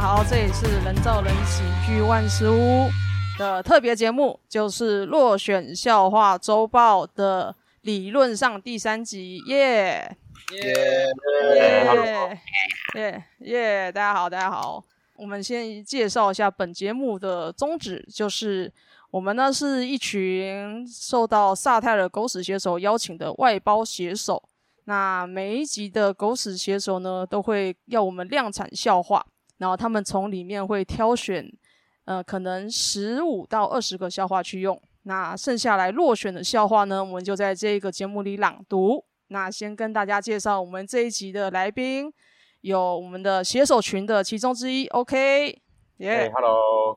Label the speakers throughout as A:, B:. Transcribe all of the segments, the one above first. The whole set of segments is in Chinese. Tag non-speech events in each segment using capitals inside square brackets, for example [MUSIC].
A: 好，这里是人造人喜剧万事屋的特别节目，就是落选笑话周报的理论上第三集，耶
B: 哎
A: 耶耶耶！大家好，大家好，我们先介绍一下本节目的宗旨，就是我们呢是一群受到萨泰尔狗屎写手邀请的外包写手。那每一集的狗屎写手呢，都会要我们量产笑话，然后他们从里面会挑选，呃，可能十五到二十个笑话去用。那剩下来落选的笑话呢，我们就在这个节目里朗读。那先跟大家介绍我们这一集的来宾，有我们的写手群的其中之一，OK，
C: 哎
A: 耶
C: ，Hello，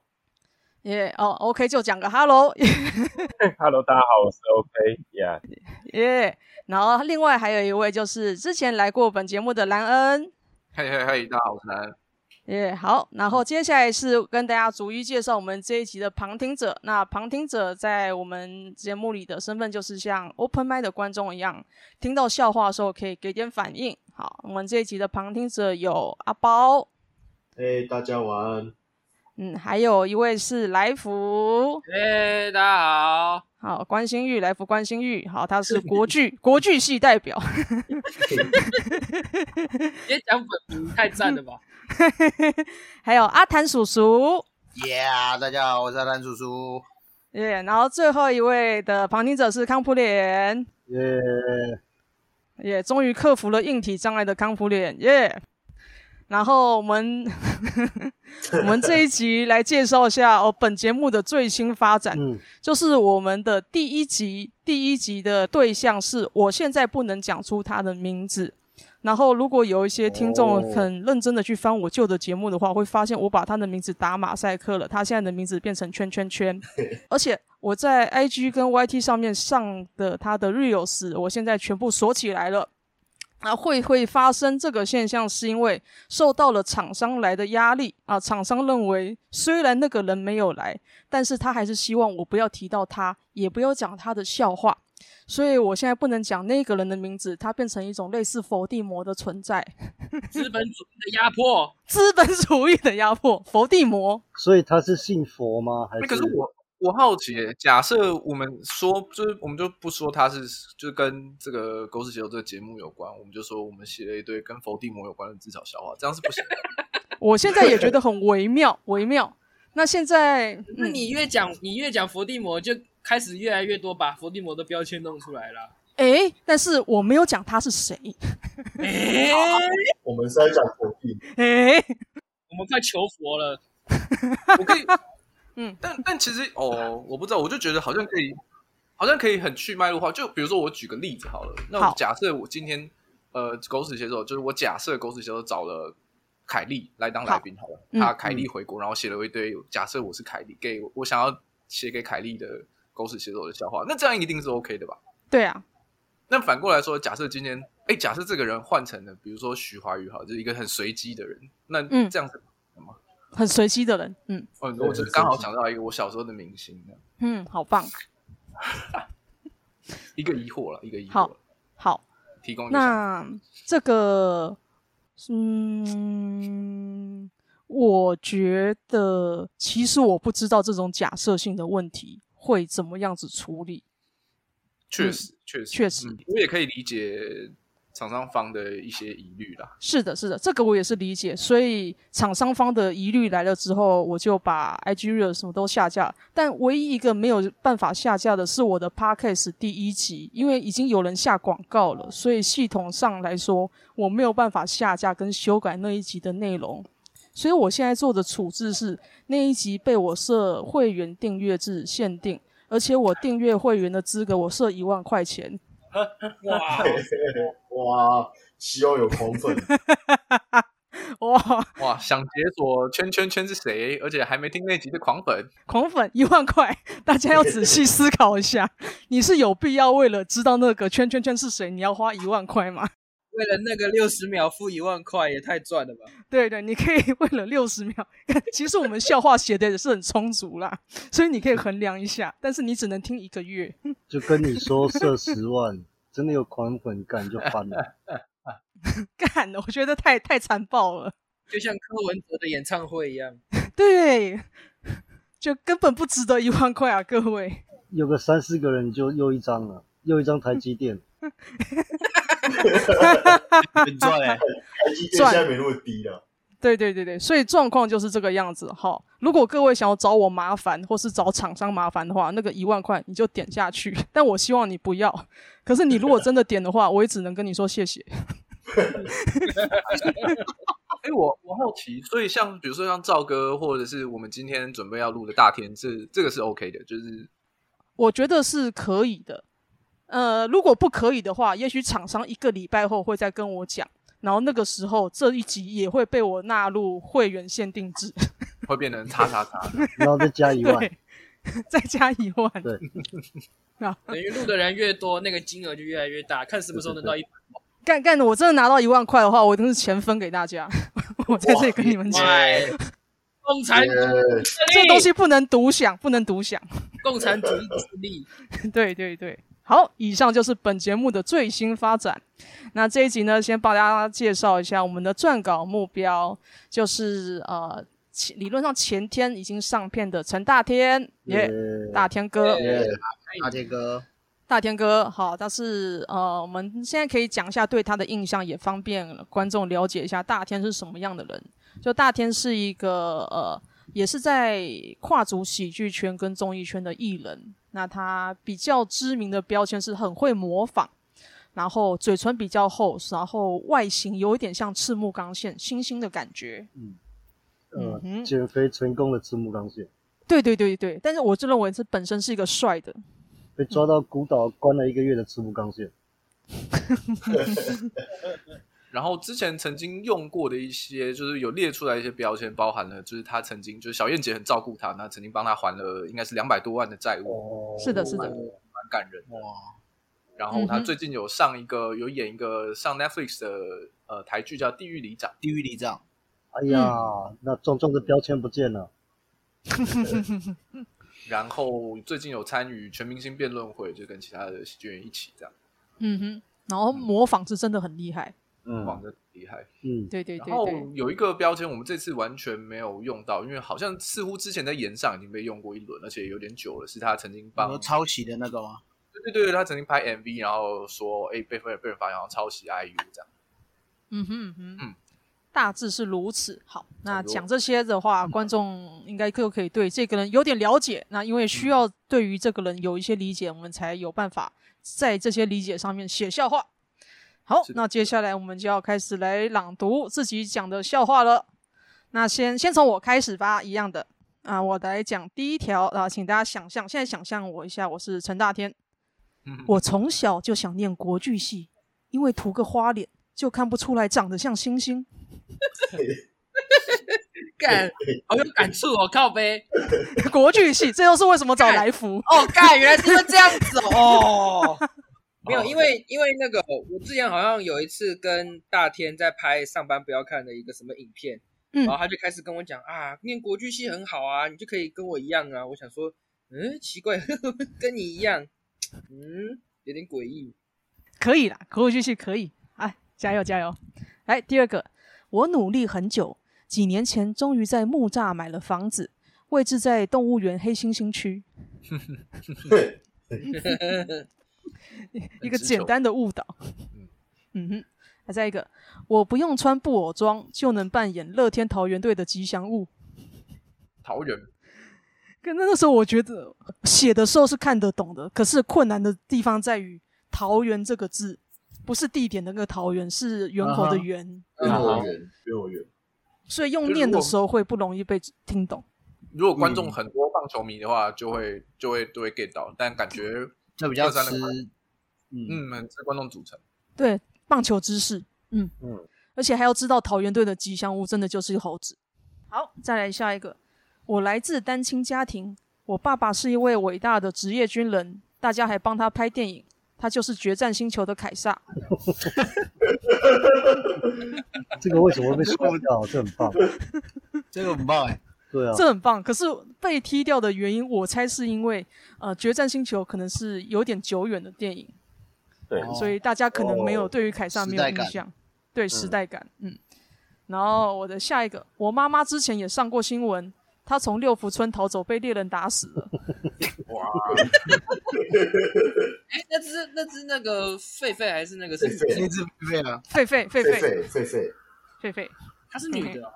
A: 耶哦，OK 就讲个 Hello， [LAUGHS]
B: 哎
C: Hello，大家好，我是 OK，Yeah，
A: 耶。然后另外还有一位就是之前来过本节目的兰恩，
D: 嘿嘿嘿，大家好，我是南。
A: 耶、好，然后接下来是跟大家逐一介绍我们这一集的旁听者。那旁听者在我们节目里的身份就是像 open m i 的观众一样，听到笑话的时候可以给点反应。好，我们这一集的旁听者有阿包，
E: 哎、大家晚安。
A: 嗯，还有一位是来福，
D: 哎，大家好。
A: 好，关心玉，来福关心玉，好，他是国剧国剧系代表，
D: 直接讲本名太赞了 [LAUGHS] 吧？
A: 还有阿谭叔叔，
B: Yeah，大家好，我是阿丹叔叔。
A: 耶、然后最后一位的旁听者是康普脸，
E: 耶、
A: 也终于克服了硬体障碍的康普脸，耶、然后我们我们这一集来介绍一下哦，本节目的最新发展，
E: 嗯，
A: 就是我们的第一集，第一集的对象是我现在不能讲出他的名字。然后，如果有一些听众
C: 哦
A: 很认真的去翻我旧的节目的话，会发现我把他的名字打马赛克了，他现在的名字变成圈圈圈。而且我在 IG 跟 YT 上面上的他的 reels，我现在全部锁起来了。啊，会会发生这个现象，是因为受到了厂商来的压力啊。厂商认为，虽然那个人没有来，但是他还是希望我不要提到他，也不要讲他的笑话。所以我现在不能讲那个人的名字，他变成一种类似伏地魔的存在，
D: 资本主义的压迫。
A: 资本主义的压迫，伏地魔。
E: 所以他是信佛吗？还
F: 那
D: 哎
E: 是？
F: 可是我我好奇耶，假设我们说，就是我们就不说它是，就是跟这个《狗屎写手》这个节目有关，我们就说我们写了一堆跟伏地魔有关的自嘲笑话，这样是不行的。
A: 我现在也觉得很微妙， [LAUGHS] 微妙。那现在，
D: 那
A: 嗯，
D: 你越讲，你越讲伏地魔，就开始越来越多把伏地魔的标签弄出来 [LAUGHS] 了。
A: 诶，但是我没有讲他是谁，
D: 哎，
E: 我们是在讲佛
D: [LAUGHS]
E: 地，
A: 诶，，
D: 我们快求佛 [LAUGHS] 了。
F: 我可以
A: [LAUGHS] 嗯，
F: 但但其实哦，我不知道，我就觉得好像可以，好像可以很去脉络化。就比如说，我举个例子好了，那
A: 好
F: 我假设我今天呃，狗屎写手就是我假设狗屎写手找了凯莉来当来宾好了，
A: 嗯
F: 他凯莉回国，然后写了一堆假设我是凯莉，给我想要写给凯莉的狗屎写手的笑话，那这样一定是 OK 的吧？
A: 对啊，
F: 那反过来说，假设今天，哎，假设这个人换成了，比如说徐怀钰，好了，就是一个很随机的人，那
A: 嗯
F: 这样子，
A: 很随机的人，嗯
F: 嗯，我只是刚好想到一个我小时候的明星，这样
A: 嗯，好棒，
F: 一个疑惑了，一个疑惑
A: 好
F: 啦，
A: 好。
F: 提供一个想法
A: 那这个，嗯，我觉得其实我不知道这种假设性的问题会怎么样子处理。
F: 确实，确实，
A: 确实
F: 嗯，我也可以理解厂商方的一些疑虑啦。
A: 是的，是的，这个我也是理解。所以厂商方的疑虑来了之后，我就把 IG Reels 什么都下架。但唯一一个没有办法下架的是我的 Podcast 第一集，因为已经有人下广告了，所以系统上来说，我没有办法下架跟修改那一集的内容。所以我现在做的处置是，那一集被我设会员订阅制限定，而且我订阅会员的资格我设一万块钱。 [LAUGHS]
D: 哇，
E: 哇，希望有
D: [LAUGHS]
E: 狂粉。
A: 哇，
F: 哇，想解锁圈圈圈是谁？而且还没听那集的狂粉，
A: 狂粉一万块，大家要仔细思考一下，你是有必要为了知道那个圈圈圈是谁，你要花一万块吗？
D: 为了那个六十秒付一万块，也太赚了吧？
A: 对对，你可以为了六十秒， [LAUGHS] 其实我们笑话写的也是很充足啦，所以你可以衡量一下，但是你只能听一个月。 [LAUGHS]
E: 就跟你说设十万，真的有狂粉干就翻了。
A: 干，我觉得太太残暴了。
D: 就像柯文哲的演唱会一 [LAUGHS] 样。
A: 对，就根本不值得一万块啊，各位。
E: 有个三四个人就又一张了，又一张台积
A: [LAUGHS]
E: 电。
B: 你赚嘞，
G: 台积电现在没那么低了。
A: 对对对对，所以状况就是这个样子哈。如果各位想要找我麻烦，或是找厂商麻烦的话，那个一万块你就点下去。但我希望你不要。可是你如果真的点的话，我也只能跟你说谢谢。
F: 哎，我我好奇，所以像比如说像赵哥，或者是我们今天准备要录的大天，这这个是 OK 的，就是
A: 我觉得是可以的。呃，如果不可以的话，也许厂商一个礼拜后会再跟我讲，然后那个时候这一集也会被我纳入会员限定制。
F: 会变成叉叉叉。 [LAUGHS]
E: 然后再加一万，
A: 对，再加一万。
E: 对
D: 等于录的人越多，那个金额就越来越大，看什么时候能到一百
A: 干干，我真的拿到一万块的话，我一定是钱分给大家。我在这里跟你们
D: [LAUGHS]
A: 讲，
D: 块。哎共产主
G: 耶
D: 义
A: 这东西不能独享，不能独享。 [LAUGHS]
D: 共产主义之力，
A: 对对对，好，以上就是本节目的最新发展。那这一集呢，先帮大家介绍一下我们的撰稿目标，就是呃，前理论上前天已经上片的陈大天，耶、
E: 呃
A: 大天哥。
B: 耶大天哥，
A: 大天哥，好，但是呃，我们现在可以讲一下对他的印象，也方便观众了解一下大天是什么样的人。就大天是一个呃，也是在跨足喜剧圈跟综艺圈的艺人。那他比较知名的标签是很会模仿，然后嘴唇比较厚，然后外形有一点像赤木刚宪星星的感觉。嗯
E: 呃，
A: 哼
E: 减肥成功的赤木刚宪
A: 对对对对，但是我就认为这本身是一个帅的，
E: 被抓到孤岛关了一个月的赤木刚宪，
F: 然后之前曾经用过的一些，就是有列出来一些标签，包含了就是他曾经就是小燕姐很照顾他，那曾经帮他还了应该是两百多万的债务，
E: 哦
A: 是的，是的，
F: 蛮感人的。
B: 哇，
F: 然后他
A: 嗯哼
F: 最近有上一个有演一个上 Netflix 的呃台剧叫《地狱里长》，
B: 地狱里长，
E: 哎呀，
A: 嗯
E: 那壮壮的标签不见了，
F: 然后最近有参与全明星辩论会，就跟其他的喜剧人一起这样，
A: 嗯哼，然后模仿是真的很厉害。
F: 哇，
G: 嗯，
F: 真的厉害。
E: 嗯，
A: 对对对
F: 然后
A: 对，
F: 有一个标签，我们这次完全没有用到，因为好像似乎之前在演上已经被用过一轮，而且有点久了，是他曾经
B: 你
F: 帮
B: 说抄袭的那个吗？
F: 对对对，他曾经拍 MV，然后说哎被被被人发现好像抄袭 IU 这样。
A: 嗯哼嗯哼
F: 嗯，
A: 大致是如此。好，那
F: 差不多
A: 讲这些的话，
F: 嗯
A: 观众应该就可以对这个人有点了解。那因为需要对于这个人有一些理解，我们才有办法在这些理解上面写笑话。好
F: 是，的
A: 那接下来我们就要开始来朗读自己讲的笑话了。那先先从我开始吧，一样的啊，我来讲第一条啊，请大家想象，现在想象我一下，我是陈大天，
F: 嗯
A: 我从小就想念国剧系，因为涂个花脸就看不出来长得像星星。 [LAUGHS]
D: 干，好有感触哦，靠背。
A: 国剧系，这又是为什么找来福？
D: 哦，干，原来是因为这样子 [LAUGHS] 哦。没有，因为因为那个，我之前好像有一次跟大天在拍上班不要看的一个什么影片，
A: 嗯
D: 然后他就开始跟我讲啊，念国剧系很好啊，你就可以跟我一样啊。我想说，嗯，奇怪， [LAUGHS] 跟你一样，嗯，有点诡异。
A: 可以啦，国剧系可以，哎，加油加油！来第二个，我努力很久，几年前终于在木栅买了房子，位置在动物园黑猩猩区，
G: [LAUGHS]
A: 一个
F: 直
A: 简
F: 球
A: 单的误导
F: 嗯。
A: 嗯哼，还再一个，我不用穿布偶装就能扮演乐天桃园队的吉祥物。
F: [LAUGHS] 桃园
A: 可那那时候我觉得写的时候是看得懂的，可是困难的地方在于“桃园”这个字，不是地点的那个桃园，是源口的源，
G: 幼
D: 嗯
G: 儿园，幼儿园，
A: 所以用念的时候会不容易被听懂。
F: 如果观
B: 嗯
F: 众很多棒球迷的话，就会就会都会 get 到，但感觉
B: 这比较
F: 二
B: 吃
F: 三的，话
B: 嗯，
F: 嗯，是观众组成。
A: 对，棒球知识，嗯
E: 嗯，
A: 而且还要知道桃园队的吉祥物真的就是猴子。好，再来下一个，我来自单亲家庭，我爸爸是一位伟大的职业军人，大家还帮他拍电影，他就是《决战星球》的凯撒。
E: 这个为什么会被刷掉？这很棒，
B: [LAUGHS] 这个很棒哎，
E: 对啊，
A: 这很棒。可是被踢掉的原因，我猜是因为呃，《决战星球》可能是有点久远的电影，
G: 对，
B: 哦
A: 所以大家可能没有、
G: 哦
A: 对于凯撒没有
B: 时代
A: 印
B: 感
A: 象，对时代感。嗯，然后我的下一个，我妈妈之前也上过新闻，她从六福村逃走被猎人打死了。
F: 哇，
D: 哎，那只那只那个狒狒还是那个
G: 狒
D: 是
B: 那
G: 狒，
B: 只狒狒啊，
A: 狒狒狒狒
G: 狒狒，狒狒，
A: 狒狒，
B: 她是女的哦，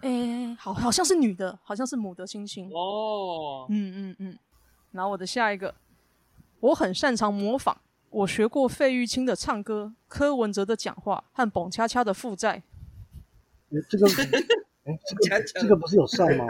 A: 诶、好，好像是女的，好像是母的猩猩。
D: 哦，
A: 嗯嗯嗯。然后我的下一个，我很擅长模仿，我学过费玉清的唱歌、柯文哲的讲话和蹦恰恰的负债。
E: 诶这
A: [LAUGHS]
E: 个
D: 讲讲
E: 这个不是有上吗？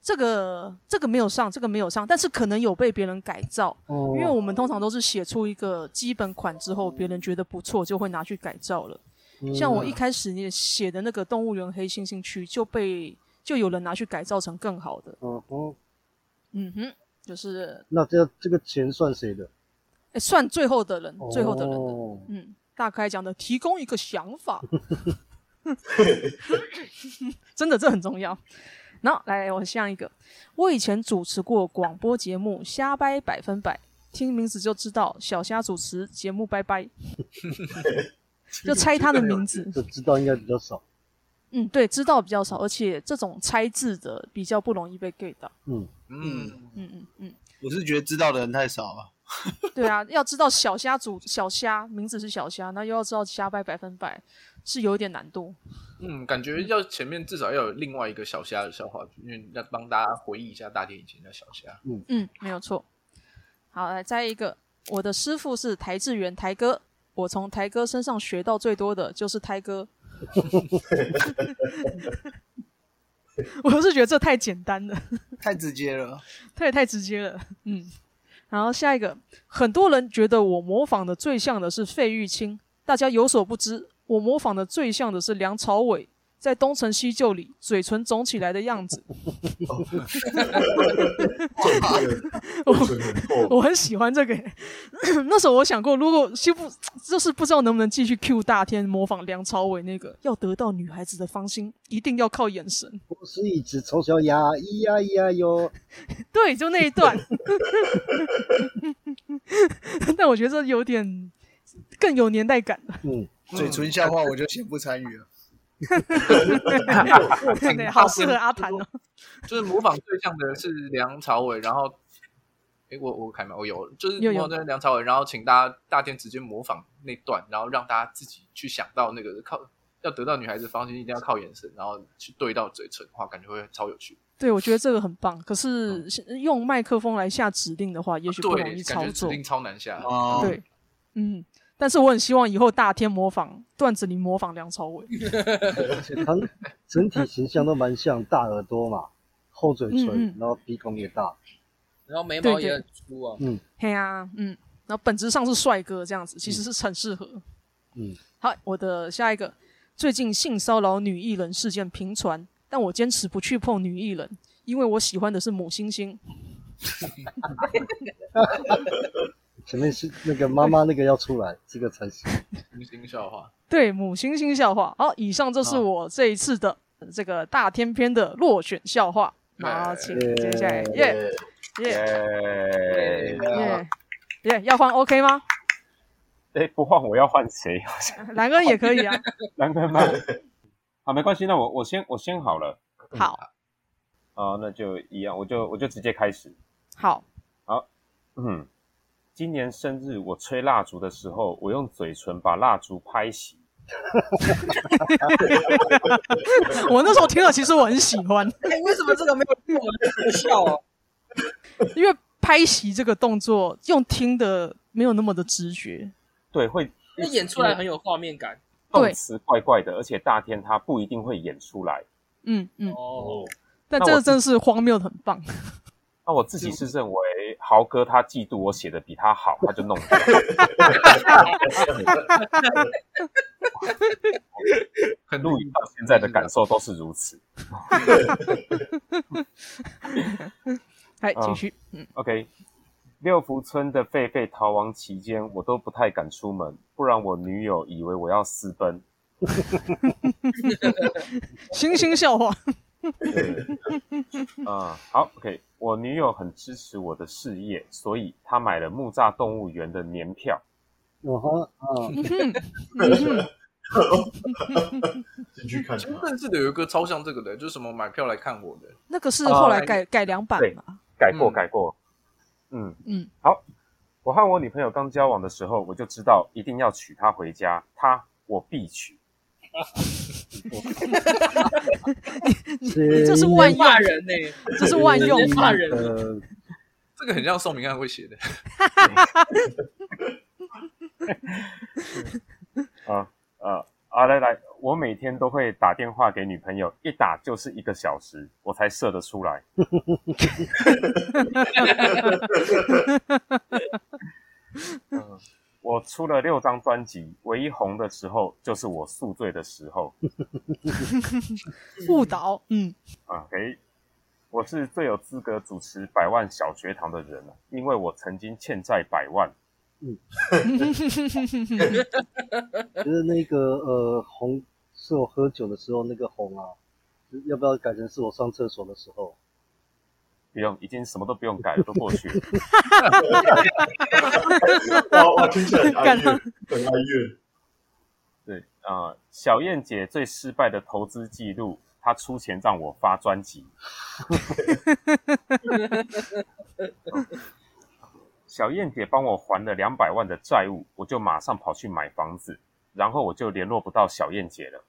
A: 这个这个没有上，这个没有上，但是可能有被别人改造，
E: 哦，
A: 因为我们通常都是写出一个基本款之后，别人觉得不错就会拿去改造了。
E: 嗯
A: 像我一开始也写的那个动物园黑猩猩区就被就有人拿去改造成更好的。
E: 哦哦，
A: 嗯哼，就是
E: 那这这个钱算谁的？
A: 诶算最后的人，最后的人的
E: 哦
A: 嗯，大概讲的提供一个想法，真的这很重要。然后来，我下一个，我以前主持过广播节目《瞎掰百分百》，听名字就知道小虾主持节目拜拜，就猜他的名
E: [LAUGHS]
A: 字。
E: 这知道应该比较少。
A: 嗯，对，知道比较少，而且这种猜字的比较不容易被 get 到。
E: 嗯，
F: 嗯，
A: 嗯嗯嗯，
B: 我是觉得知道的人太少 [LAUGHS] 了。
A: 对啊，要知道小虾主小虾名字是小虾，那又要知道瞎掰百分百是有一点难度。
F: 嗯，感觉要前面至少要有另外一个小虾的笑话，因为要帮大家回忆一下大天以前的小虾。
A: 嗯，没有错。好，来再一个，我的师傅是台志源台哥，我从台哥身上学到最多的就是台哥。 [LAUGHS] 我是觉得这太简单了，
B: 太直接了，
A: 这也太直接了。嗯，然后下一个，很多人觉得我模仿的最像的是费玉清，大家有所不知，我模仿的最像的是梁朝伟。在《东成西就》里，嘴唇肿起来的样子，
D: [LAUGHS]
G: 这个嘴唇很厚，
A: 我很喜欢这个 [CLEARS THROAT] 欸。那时候我想过，如果西部就是不知道能不能继续 Q 大天模仿梁朝伟那个，要得到女孩子的芳心，一定要靠眼神。
E: 我是一只丑小鸭，咿呀咿呀哟。
A: 对，就那一段。 [LAUGHS] 但我觉得这有点更有年代感了。
E: 嗯，
B: 嘴唇笑话我就先不参与了。
A: [LAUGHS] 对，好适合阿谭哦。
F: 就是模仿对象的是梁朝伟，然后，诶，我我开麦，我有，就是
A: 有有
F: 模仿对象梁朝伟，然后请大家大天直接模仿那段，然后让大家自己去想到那个靠要得到女孩子的方心，一定要靠眼神，然后去对到嘴唇的话，感觉会超有趣。
A: 对，我觉得这个很棒。可是用麦克风来下指令的话，也许不容
F: 对，
A: 易
F: 感
A: 操
F: 觉指
A: 作。
F: 定超难下。
B: 哦，
A: 对，嗯。但是我很希望以后大天模仿段子里模仿梁朝伟。
E: 它整体形象都蛮像，大耳朵嘛，厚嘴唇，
A: 嗯嗯
E: 然后鼻孔也大。
D: 然后眉
A: 对
D: 毛
A: 对
D: 也很粗哦。
A: 嘿啊，嗯，然后本质上是帅哥这样子，其实是很适合。
E: 嗯，
A: 好，我的下一个，最近性骚扰女艺人事件频传，但我坚持不去碰女艺人，因为我喜欢的是母猩猩。
E: 前面是那个妈妈那个要出来，这个才行。
F: 明星笑话，
A: 对，母猩猩笑话。好，以上就是我这一次的这个大天篇的落选笑话。然后，请接下来，耶
G: 耶
A: 耶
C: 耶！
A: 耶耶，要换 OK 吗？
C: 哎，不换我要换谁？ [LAUGHS]
A: 蓝哥也可以啊。
C: 难哥吗？好，没关系，那我我先我先好了。
A: [LAUGHS] 好，
C: 啊，那就一样，我就我就直接开始。
A: 好，
C: 嗯，今年生日我吹蜡烛的时候，我用嘴唇把蜡烛拍熄。
A: 我那时候听了，其实我很喜欢。
D: 哎，为什么这个没有 [LAUGHS] 我们笑啊？
A: 因为拍席这个动作用听的没有那么的直觉，
C: 对，会
D: 那演出来很有画面感
C: 动词怪怪的，而且大天他不一定会演出来。
A: 嗯嗯，
D: 哦。
A: 但
C: 那
A: 这
C: 我
A: 个真的是荒谬的很棒，
C: 那啊我自己是认为豪哥他嫉妒我写的比他好，他就弄掉。
F: 很
C: 录影到现在的感受都是如此。
A: 哎，
C: 啊
A: 继续，嗯，
C: OK，六福村的狒狒逃亡期间，我都不太敢出门，不然我女友以为我要私奔。
A: 星星笑话，
C: 啊、好，OK，我女友很支持我的事业，所以她买了木栅动物园的年票。
E: 哦哈啊，
A: 嗯哼，嗯哼，
G: 进去看
F: 其
G: 他
F: 实。认识的有一个超像这个的，就是什么买票来看我的，
A: 那个是
C: 哦
A: 后来
C: 哎
A: 改、改良版
C: 对
A: 嘛？
C: 改过
F: 嗯
C: 改过，嗯
A: 嗯，
C: 好。我和我女朋友刚交往的时候，我就知道一定要娶她回家，她我必娶。
A: 这
E: 这
A: 嗯是万用，
D: 骂人呢、
A: 这是万用
D: 直接骂人
E: 呃，
F: 这个很像宋明翰会写的。
C: 啊呃啊来来，我每天都会打电话给女朋友，一打就是一个小时，我才射得出来。嗯我出了六张专辑，唯一红的时候就是我宿醉的时候
A: 误导，嗯，
C: 啊！嘿，我是最有资格主持百万小学堂的人了，因为我曾经欠债百万。
E: 就是那个呃红，是我喝酒的时候那个红啊，要不要改成是我上厕所的时候？
C: 不用，已经什么都不用改了，都过去了。
G: 哇哇，听
C: [LAUGHS]
G: 起来很哀
A: 感 [LAUGHS]
G: 乐
A: 到，
G: 很哀乐。
C: 对啊、呃小燕姐最失败的投资记录，她出钱让我发专辑。小燕姐帮我还了两百万的债务，我就马上跑去买房子，然后我就联络不到小燕姐了。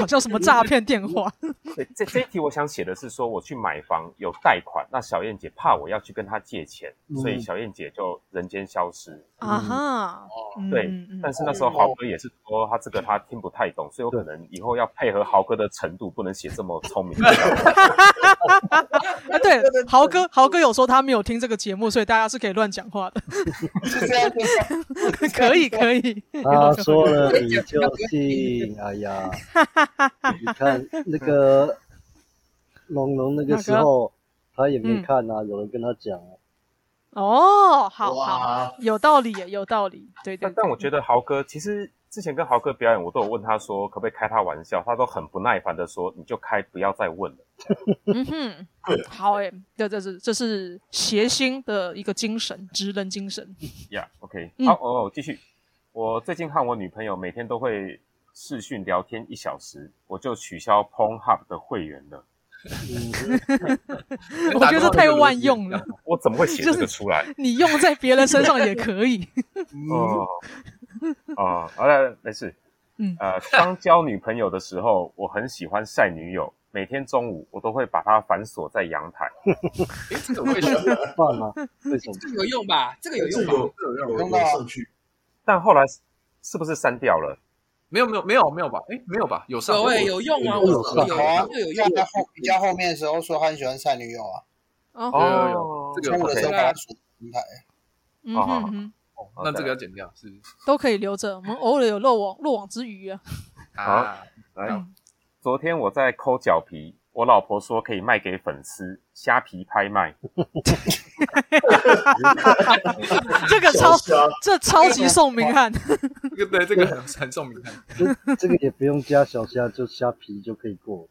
A: 好像什么诈骗电话，
C: 对，这这一题我想写的是说，我去买房有贷款，那小燕姐怕我要去跟她借钱，所以
E: 嗯
C: 小燕姐就人间消失。
A: [LAUGHS] 啊哈，嗯
C: 哦对
A: 嗯嗯
C: 但是那时候豪哥也是说他这个他听不太懂，所以我可能以后要配合豪哥的程度，不能写这么聪
A: [LAUGHS]
C: 明的。
A: 啊，对，豪哥，豪哥有说他没有听这个节目，所以大家是可以乱讲话 [LAUGHS] 的，
B: [LAUGHS] 是这样子。
A: 可以，可以。
E: [LAUGHS]
C: 啊
E: 他说了你就信，哎呀，你看那个龙龙那个时候，他也没看啊，有人跟他讲啊，
A: 哦，好好，
G: 哇，
A: 有道理耶，有道理，对对
C: 但。但我觉得豪哥其实之前跟豪哥表演，我都有问他说可不可以开他玩笑，他都很不耐烦的说你就开，不要再问了。
A: 得，嗯哼，好诶，这这是这是谐星的一个精神，职人精
C: [LAUGHS]
A: 神。
C: 呀、yeah,，OK，
A: 嗯
C: 好，哦，继续。我最近和我女朋友每天都会视讯聊天一小时，我就取消 Pornhub 的会员了。
A: 我觉得这太万用了，
C: 我怎么会
A: [LAUGHS]
C: 写
A: 就
C: 这
A: 是
C: 个出来？
A: 你用在别人身上也可以。
C: 哦，哦，好了，没事。
A: 嗯
C: 呃，刚交女朋友的时候，我很喜欢晒女友，每天中午我都会把她反锁在阳台。
F: 哎，这个我也
C: [LAUGHS]
F: 喜欢，这个
E: 放 [LAUGHS] 啊，为什么？
D: [LAUGHS] 这个有用吧？这个有
G: 这
D: 用
G: 有
D: 吧？
G: 这有有上去，
C: 但后来是是不是删掉了？
F: 没有没有没有没有吧？哎，没有吧？有上
D: 有
F: 我
D: 哎、有用啊！
E: 有
D: 我
E: 用
D: 说有
B: 有啊
D: 这个有
B: 要
D: 用
B: 在后比较后面的时候说他很喜欢晒女友啊，
A: 哦，
F: 有有有这个
B: 中
F: 有
B: 午的时候
F: OK，
B: 把他锁平台。
A: 嗯
C: 哦好好
A: 哼
C: 好
A: 哼，
F: 那这个要剪掉是不是
A: 都可以留着，我们偶尔有漏网漏网之鱼啊。
F: 啊？
C: 来，
A: 嗯
C: 昨天我在抠脚皮，我老婆说可以卖给粉丝，虾皮拍卖。
A: 这个超，
G: 虾
A: 这超级宋明翰，
F: 这个对这个很很重
C: [LAUGHS]
F: 名看，
E: 这这个也不用加小虾，就虾皮就可以过。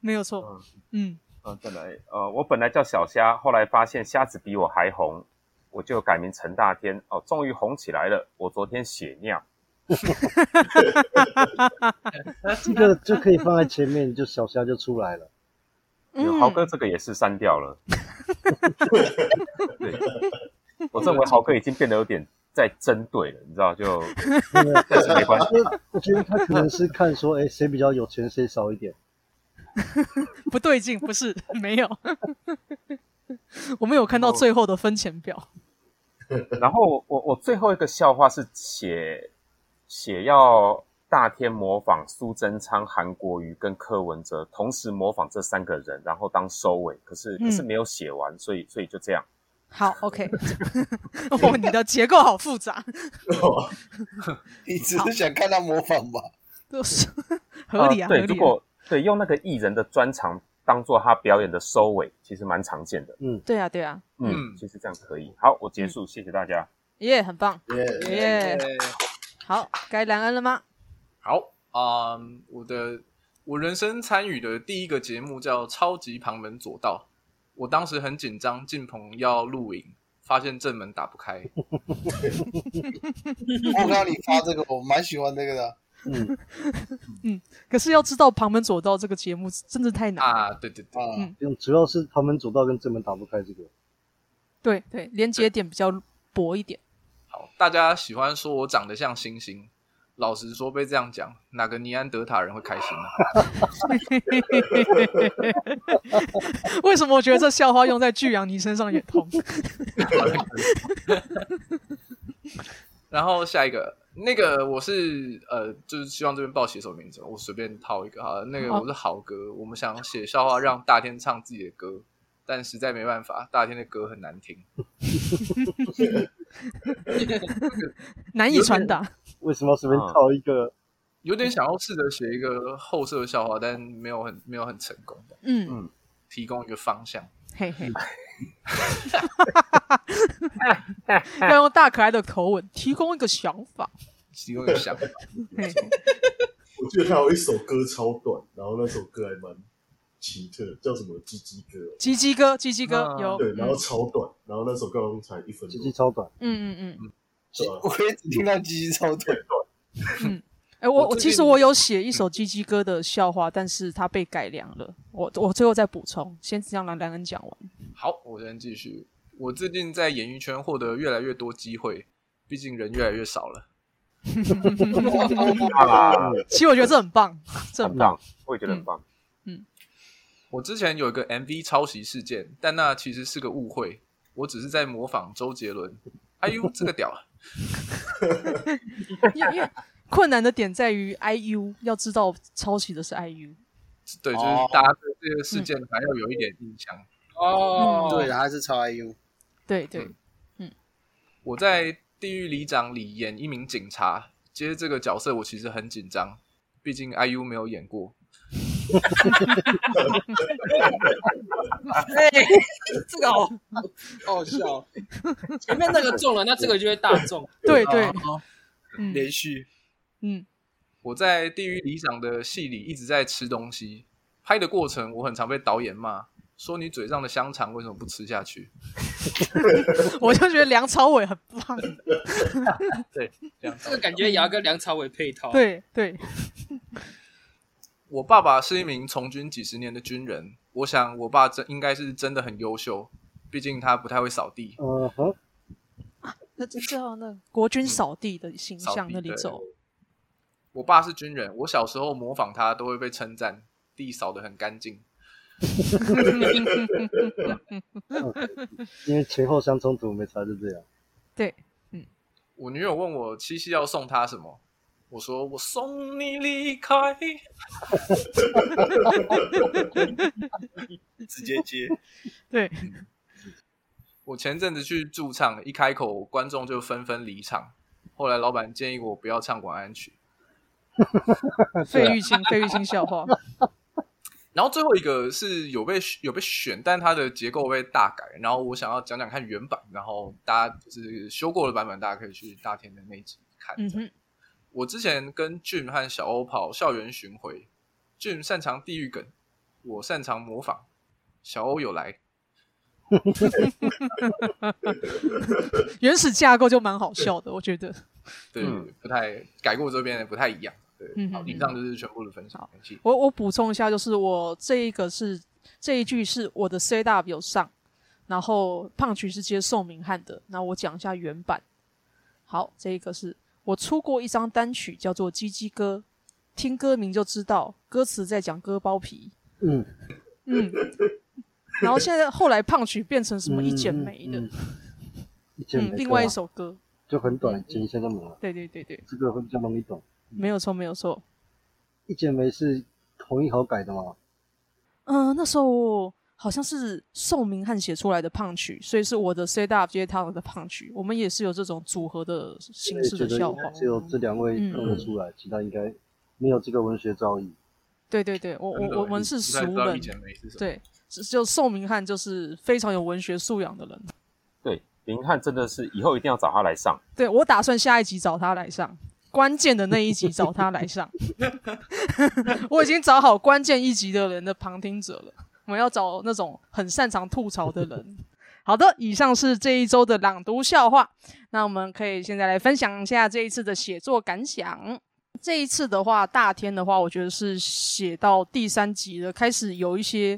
A: 没有错。嗯，
F: 哦
C: 嗯，再
F: 哎
C: 来，呃，我本来叫小虾，后来发现虾子比我还红，我就改名陈大天。哦，终于红起来了。我昨天血尿。
E: 这个就可以放在前面，就小虾就出来了。
A: 嗯
C: 有豪哥这个也是删
A: [LAUGHS]
C: 掉了。对，我认为豪哥已经变得有点在针对了，你知道就， [LAUGHS] 但是没关系。
E: 我觉得他可能是看说，哎，谁比较有钱，谁少一点。
A: 不对劲，不是没有。 [LAUGHS] 我们有看到最后的分钱表，
C: 然后我我我最后一个笑话是写写要大天模仿苏贞昌、韩国瑜跟柯文哲，同时模仿这三个人，然后当收尾。可是可是
A: 嗯
C: 没有写完，所以所以就这样。
A: 好，OK。哦，你的结构好复杂，
B: 你只是想看他模仿吧？
A: 都是 [LAUGHS] 合理啊，合
C: 呃对，如
A: 理啊。
C: 果对用那个艺人的专长当做他表演的收尾，其实蛮常见的。
A: 对啊，对啊，
C: 嗯，
F: 嗯
C: 其实这样可以。好，我结束，谢谢大家。
A: 耶，很棒，
G: 耶，
A: 耶。
D: 对
A: 好，该兰恩了吗？
F: 好啊、嗯我的我人生参与的第一个节目叫《超级旁门左道》，我当时很紧张，进棚要录影，发现正门打不开。
B: 我看到你发这个，我蛮喜欢这个的。
E: 嗯，
A: 可是要知道旁门左道这个节目真的太难了。
F: 啊，对对对，
B: 啊，
A: 嗯
E: 用主要是旁门左道跟正门打不开这个。
A: 对对，连接点比较薄一点。
F: 好，大家喜欢说我长得像猩猩，老实说被这样讲，哪个尼安德塔人会开心呢？
A: [LAUGHS] 为什么我觉得这笑话用在巨阳你身上也通？
F: [LAUGHS] 然后下一个，那个我是呃，就是希望这边报写手名字，我随便套一个哈。那个
A: 好
F: 我是豪哥，我们想写笑话让大天唱自己的歌，但实在没办法，大天的歌很难听。
A: 难以传达。
E: 为什么要随便
C: 嗯
E: 套一个？
F: 有点想要试着写一个后设笑话，但没有很没有很成功的，
A: 嗯，
F: 提供一个方向。
A: 嘿嘿。 [LAUGHS] 要用大可爱的口吻提供一个想法。
F: 提供一个想法，
A: 嘿
G: 我记得他有一首歌超短，然后那首歌还蛮奇特，叫什么“鸡鸡歌
A: 鸡鸡哥，鸡鸡哥
F: 啊
A: 有”。。
G: 对，
A: 嗯
G: 然后超短，然后那首歌好像才一分
E: 鸡鸡
G: 钟。
E: 超短，
A: 嗯嗯嗯。
G: 对啊
B: 我也只听到鸡鸡超短，
A: 哎，我
F: 我
A: 我
F: 最
A: 其实
F: 近
A: 我有写一首鸡鸡哥的笑话，但是它被改良了。我我最后再补充，先让兰兰恩讲完。
F: 好，我先继续。我最近在演艺圈获得越来越多机会，毕竟人越来越少了。
C: 啊，嗯
A: 其实我觉得这很棒，这很
C: 很
A: 棒。
C: 棒，我也觉得很棒。
F: 我之前有一个 MV 抄袭事件，但那其实是个误会，我只是在模仿周杰伦。哎呦，这个屌啊！
A: 因为因为困难的点在于 IU，要知道抄袭的是 IU。
F: 对，就是
B: 哦
F: 大家对这个事件还要有一点印象。
D: 哦，
B: 对，啊
D: [LAUGHS]
B: 他是超 IU，
A: 对对，
F: 嗯我在《地狱里长》里演一名警察，接这个角色我其实很紧张，毕竟 IU 没有演过。
D: 哎，这个好好好笑。前面那个中了，那这个就会大
B: [LAUGHS]
D: 中。
A: 对对
F: 啊
D: 哦
A: 嗯
B: 连续
A: 嗯
F: 我在《地狱里长》的戏里一直在吃东西，拍的过程我很常被导演骂，说你嘴上的香肠为什么不吃下去？
A: 我就觉得梁朝伟很棒。
F: 这样子
D: 这个感觉也要跟梁朝伟配套。，
A: 对对，
F: 我爸爸是一名从军几十年的军人，我想我爸真应该是真的很优秀，毕竟他不太会扫地。
E: 嗯哼，
A: [LAUGHS] 那这最后那国军扫地的形
F: 嗯扫
A: 象
F: 地
A: 那里
F: 对
A: 走，
F: 我爸是军人，我小时候模仿他都会被称赞，地扫得很干净。
E: 因为前后相冲突，没才是这样。
A: 对，
F: 我女友问我七夕要送她什么，我说我送你离开。
B: 直接接，
A: 对，
F: 我前阵子去驻唱，一开口观众就纷纷离场，后来老板建议我不要唱晚安曲。啊
A: 费玉清，费玉清笑 [LAUGHS] 话，
F: 然后最后一个是有被有被选，但它的结构被大改。然后我想要讲讲看原版，然后大家就是修过的版本，大家可以去大田的那一集看。
A: 嗯哼，
F: 我之前跟俊和小欧跑校园巡回，俊擅长地狱梗，我擅长模仿，小欧有来。
A: 原始架构就蛮好笑的，我觉得。
F: 对，
C: 嗯
F: 不太改过这边的不太一样。对，
A: 嗯
F: 好，
A: 嗯
F: 以上就是全部的分享。感谢
A: 我我补充一下，就是我这一个是这一句是我的 C up 有上，然后胖曲是接宋明翰的，那我讲一下原版。好，这一个是我出过一张单曲，叫做《鸡鸡歌》，听歌名就知道，歌词在讲割包皮。
E: 嗯，
A: 嗯，然后现在后来胖曲变成什么一剪梅的，嗯
E: 嗯，嗯 [LAUGHS] 一剪梅，
A: 另外一
E: 对啊
A: 首歌，
E: 就很短，剪一下就没了。
A: 对对对对，
E: 这个会比较容易懂。
A: 没有错没有错。
E: 一剪梅是同一好改的嘛？
A: 嗯、那时候好像是宋明翰写出来的胖曲，所以是我的 set up 接他的胖曲。我们也是有这种组合的形式的
E: 觉
A: 嗯
E: 得
A: 笑
E: 应
A: 话
E: 该。只有这两位弄得出来，其他应该没有这个文学造诣。
A: 对对对，我我我我们是
F: 实
A: 熟
F: 在不知道
A: 人
F: 一，剪梅是什么。
A: 对，只就宋明翰就是非常有文学素养的人。
C: 对，林汉真的是以后一定要找他来上。
A: 对我打算下一集找他来上。关键的那一集找他来上， [LAUGHS] 我已经找好关键一集的人的旁听者了。我们要找那种很擅长吐槽的人，好的，以上是这一周的朗读笑话。那我们可以现在来分享一下这一次的写作感想。这一次的话，大天的话，我觉得是写到第三集了，开始有一些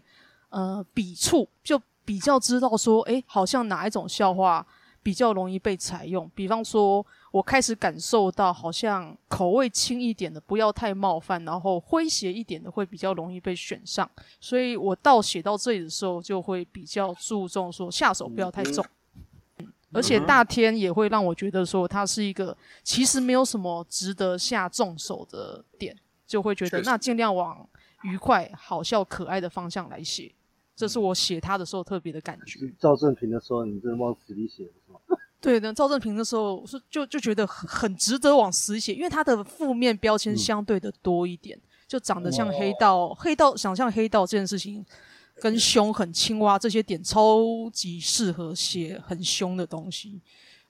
A: 呃笔触，就比较知道说，诶，好像哪一种笑话比较容易被采用。比方说，我开始感受到，好像口味轻一点的，不要太冒犯，然后诙谐一点的，会比较容易被选上。所以我到写到这里的时候，就会比较注重说下手不要太重。
F: 嗯
A: 而且大天也会让我觉得说，他是一个其实没有什么值得下重手的点，就会觉得
F: 确实
A: 那尽量往愉快、好笑、可爱的方向来写。这是我写他的时候特别的感觉。
E: 赵正平的时候，你真的往死里写
A: [LAUGHS]
E: 是吗？
A: 对的，赵正平的时候我是就就觉得很很值得往死里写，因为他的负面标签相对的多一点，就长得像黑道，黑道想象黑道这件事情，跟凶狠、青蛙这些点超级适合写很凶的东西。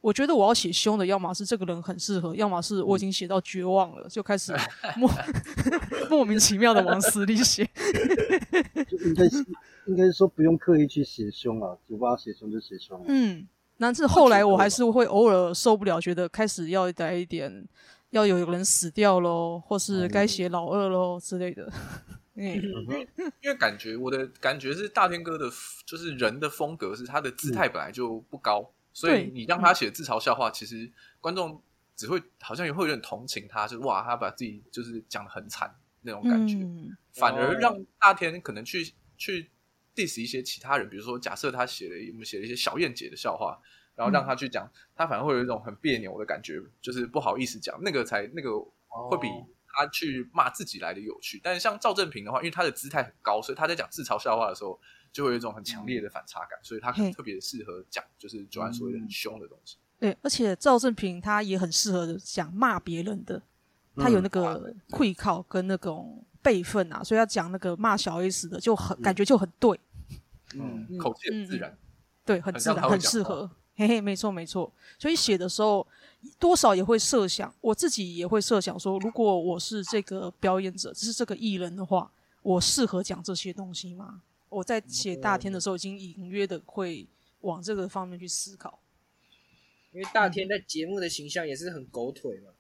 A: 我觉得我要写凶的，要么是这个人很适合，要么是我已经写到绝望了，就开始莫 [LAUGHS] 莫名其妙的往死里写。
E: 就应该是应该是说不用刻意去写凶啊，就把它写凶就写凶、啊。
A: 嗯，但是后来我还是会偶尔受不了，觉得开始要来一点，要有人死掉喽，或是该写老二喽之类的。 [LAUGHS] 嗯，
F: 因为感觉我的感觉是大天哥的，就是人的风格是他的姿态本来就不高，所
A: 嗯
F: 以
A: 对
F: 你让他写自嘲笑话，其实观众只会好像也会有点同情他，就是哇，他把自己就是讲的很惨那种感觉，
A: 嗯
F: 反而让大天可能去去 diss 一些其他人，比如说假设他写了一我们写了一些小燕姐的笑话，然
A: 嗯
F: 后让他去讲，他反而会有一种很别扭的感觉，就是不好意思讲，那个才那个
B: 哦
F: 会比他去骂自己来的有趣。但是像赵正平的话，因为他的姿态很高，所以他在讲自嘲笑话的时候，就会有一种很强烈的反差感，所以他可能
A: 嘿
F: 特别适合讲就是九安所谓的很凶的东西。
A: 对，而且赵正平他也很适合讲骂别人的，他有那
F: 嗯
A: 个会靠跟那种辈分啊，所以他讲那个骂小 S 的就很感觉就很对，
F: 嗯，口气很自然。
A: 对，很
F: 很
A: 自
F: 像
A: 然，
F: 他会
A: 很
F: 讲
A: 适
F: 话
A: 合。 [LAUGHS] 嘿嘿，没错没错。所以写的时候，多少也会设想，我自己也会设想说，如果我是这个表演者，就是这个艺人的话，我适合讲这些东西吗？我在写大天的时候，已经隐约的会往这个方面去思考。
D: 因为大天在节目的形象也是很狗腿嘛，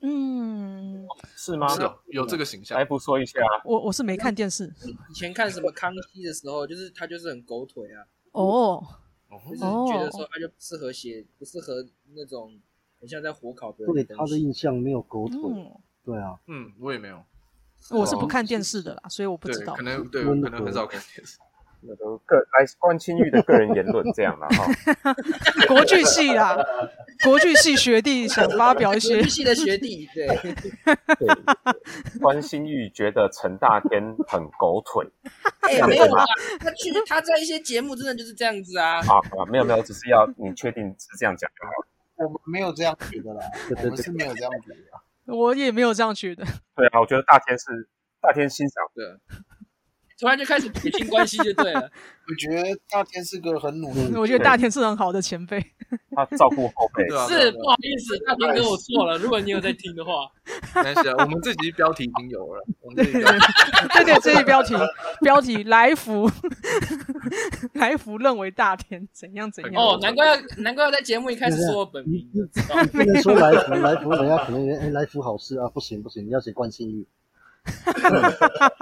A: 嗯，
C: 是吗？
F: 是哦有这个形象
C: 来，不说一下，啊
A: 我我是没看电
F: [LAUGHS]
A: 视
D: 以前看什么康熙的时候，就是他就是很狗腿啊，
A: 哦，
F: 嗯
D: 就是觉得说他就不适合写，不适合那种很像在火烤别人
E: 对
D: 的
E: 他
D: 东
E: 的
D: 西。
E: 印象没有狗腿，
A: 嗯，
E: 对啊，
F: 嗯，我也没有，
D: 哦
A: 我是不看电视的啦，所以我不
F: 啊对
A: 知，道
F: 可。能对，
E: 温
F: 可能很
E: 和
F: 少看电视。
C: 那个个来关清玉的个人言论这样了
F: [LAUGHS]
C: 哈。
A: [LAUGHS] 国剧系啦，国剧系学弟想发表一些 [LAUGHS]
D: 国，际系的学弟，对， [LAUGHS]
C: 对关心玉觉得陈大天很狗腿
D: 哎、
C: 这样
D: 没有
C: 对吗
D: 啦，他去他在一些节目真的就是这样子啊，
C: 啊啊，没有没有，只是要你确定是这样讲就好了。
B: 我们没有这样觉 [LAUGHS] 得啦，
E: 对
B: 我
E: 对
B: 们是
E: 对，
B: 没有这样觉得啊。
A: 我也没有这样觉得。 [LAUGHS]
C: 对啊，我觉得大天是大天欣赏，
D: 突然就开始撇清关系就
A: [LAUGHS]
D: 对了。
B: 我觉得大天是个很努力的
A: 嗯我觉得大天是很好的前辈，
C: 他照顾后辈
F: [LAUGHS] 对。啊，对啊
D: 是不好意思，大天哥我错了，如果你有在听的
A: [LAUGHS]
D: 话，
F: 没关系啊，我们这集标题已经有了，我们这集标题
A: 对对，这一标题标题来福， [LAUGHS] 来福认为大天怎样怎样。
F: 哦
D: 哦，难怪要难怪要在节目一开始说我本名，我知道
E: 不能说来福 [LAUGHS] 来福，人家可能哎、来福好事啊，不行不行，你要写惯性欲，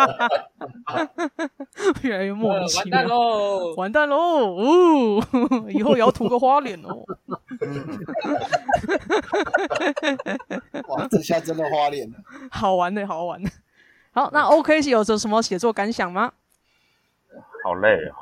A: [LAUGHS] 越来越莫名
D: 呃完
A: 其
D: 蛋
A: 妙。
D: 喽！
A: 完蛋喽！哦， [LAUGHS] 以后也要涂个花脸哦。 [LAUGHS]
B: 哇，这下真的花脸了。
A: 好玩的，好玩的。好，那 OK 是有着什么写作感想吗？
C: 好累哦。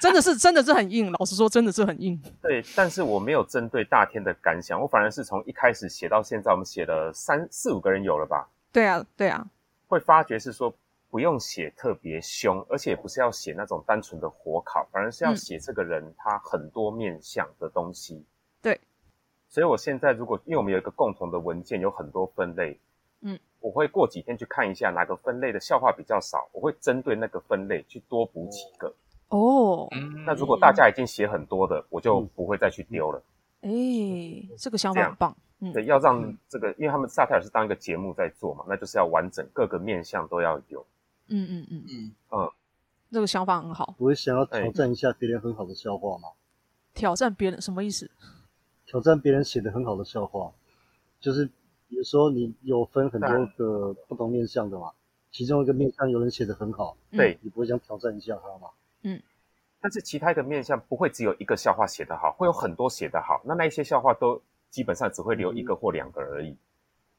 A: 真的是，真的是很硬。老实说，真的是很硬。
C: 对，但是我没有针对大天的感想，我反而是从一开始写到现在，我们写了三四五个人有了吧，
A: 对啊，对啊，
C: 会发觉是说不用写特别凶，而且也不是要写那种单纯的火烤，反而是要
A: 嗯
C: 写这个人他很多面向的东西。
A: 对，
C: 所以我现在如果因为我们有一个共同的文件，有很多分类，
A: 嗯，
C: 我会过几天去看一下哪个分类的笑话比较少，我会针对那个分类去多补几个。
A: 哦，
F: 嗯
C: 那如果大家已经写很多的，我
A: 嗯
C: 就不会再去丢了。
A: 哎，这个想法很棒。嗯，
C: 对，要让这个，因为他们萨泰尔是当一个节目在做嘛，那就是要完整各个面向都要有。
A: 嗯嗯嗯，
B: 嗯，
A: 这个想法很好，
E: 不会想要挑战一下别人很好的笑话吗？
A: 挑战别人什么意思？
E: 挑战别人写的很好的笑话，就是比如说你有分很多个不同面向的嘛，其中一个面向有人写的很好，
C: 对，
E: 你不会想挑战一下他吗？
C: 但是其他一个面向不会只有一个笑话写得好，会有很多写得好。那那一些笑话都基本上只会留一个或两个而已。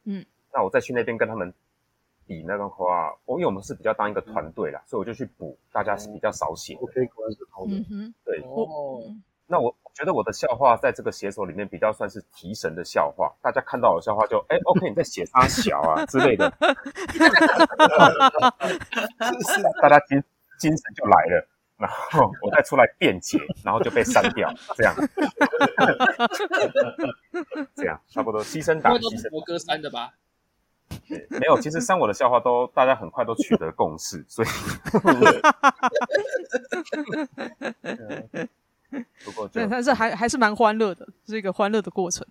A: 嗯，
C: 那我再去那边跟他们比那个话，我因为我们是比较当一个团队啦，所以我就去补大家是比较少写的。
E: OK，果然是好的。
A: 嗯哼，
C: 对，
D: 哦，
C: 那我觉得我的笑话在这个写手里面比较算是提神的笑话，大家看到我的笑话就哎，OK，你在写啥小啊之类的，大家精精神就来了。然后我再出来辩解，然后就被删掉，这样， [LAUGHS] 这样差不多牺牲打
D: 因为都
C: 牺
D: 是
C: 牲
D: 国歌三的吧？
C: 打，没有。其实删我的笑话都大家很快都取得共识，所以啊不过就
A: 对，但是还还是蛮欢乐的，是一个欢乐的过程。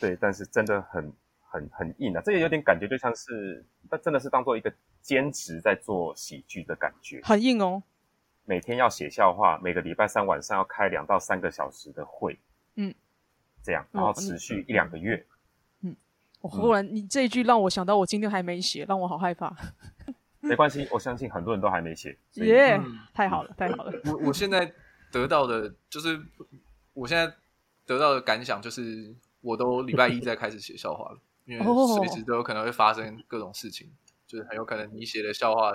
C: 对，但是真的很很很硬啊，这也有点感觉就像是，那真的是当做一个兼职在做喜剧的感觉，
A: 很硬哦。
C: 每天要写笑话，每个礼拜三晚上要开两到三个小时的会，
A: 嗯，
C: 这样，
A: 哦
C: 然后持续一两个月，
A: 我忽然，你这一句让我想到，我今天还没写，让我好害 [LAUGHS] 怕。
C: 没关系，我相信很多人都还没写，所
A: 嗯
C: 以
A: 耶、
F: 嗯
A: 太好了，太好了。
F: 我我现在得到的就是，我现在得到的感想就是，我都礼拜一再开始写笑话了，因为
A: 哦
F: 随时都有可能会发生各种事情，就是很有可能你写的笑话，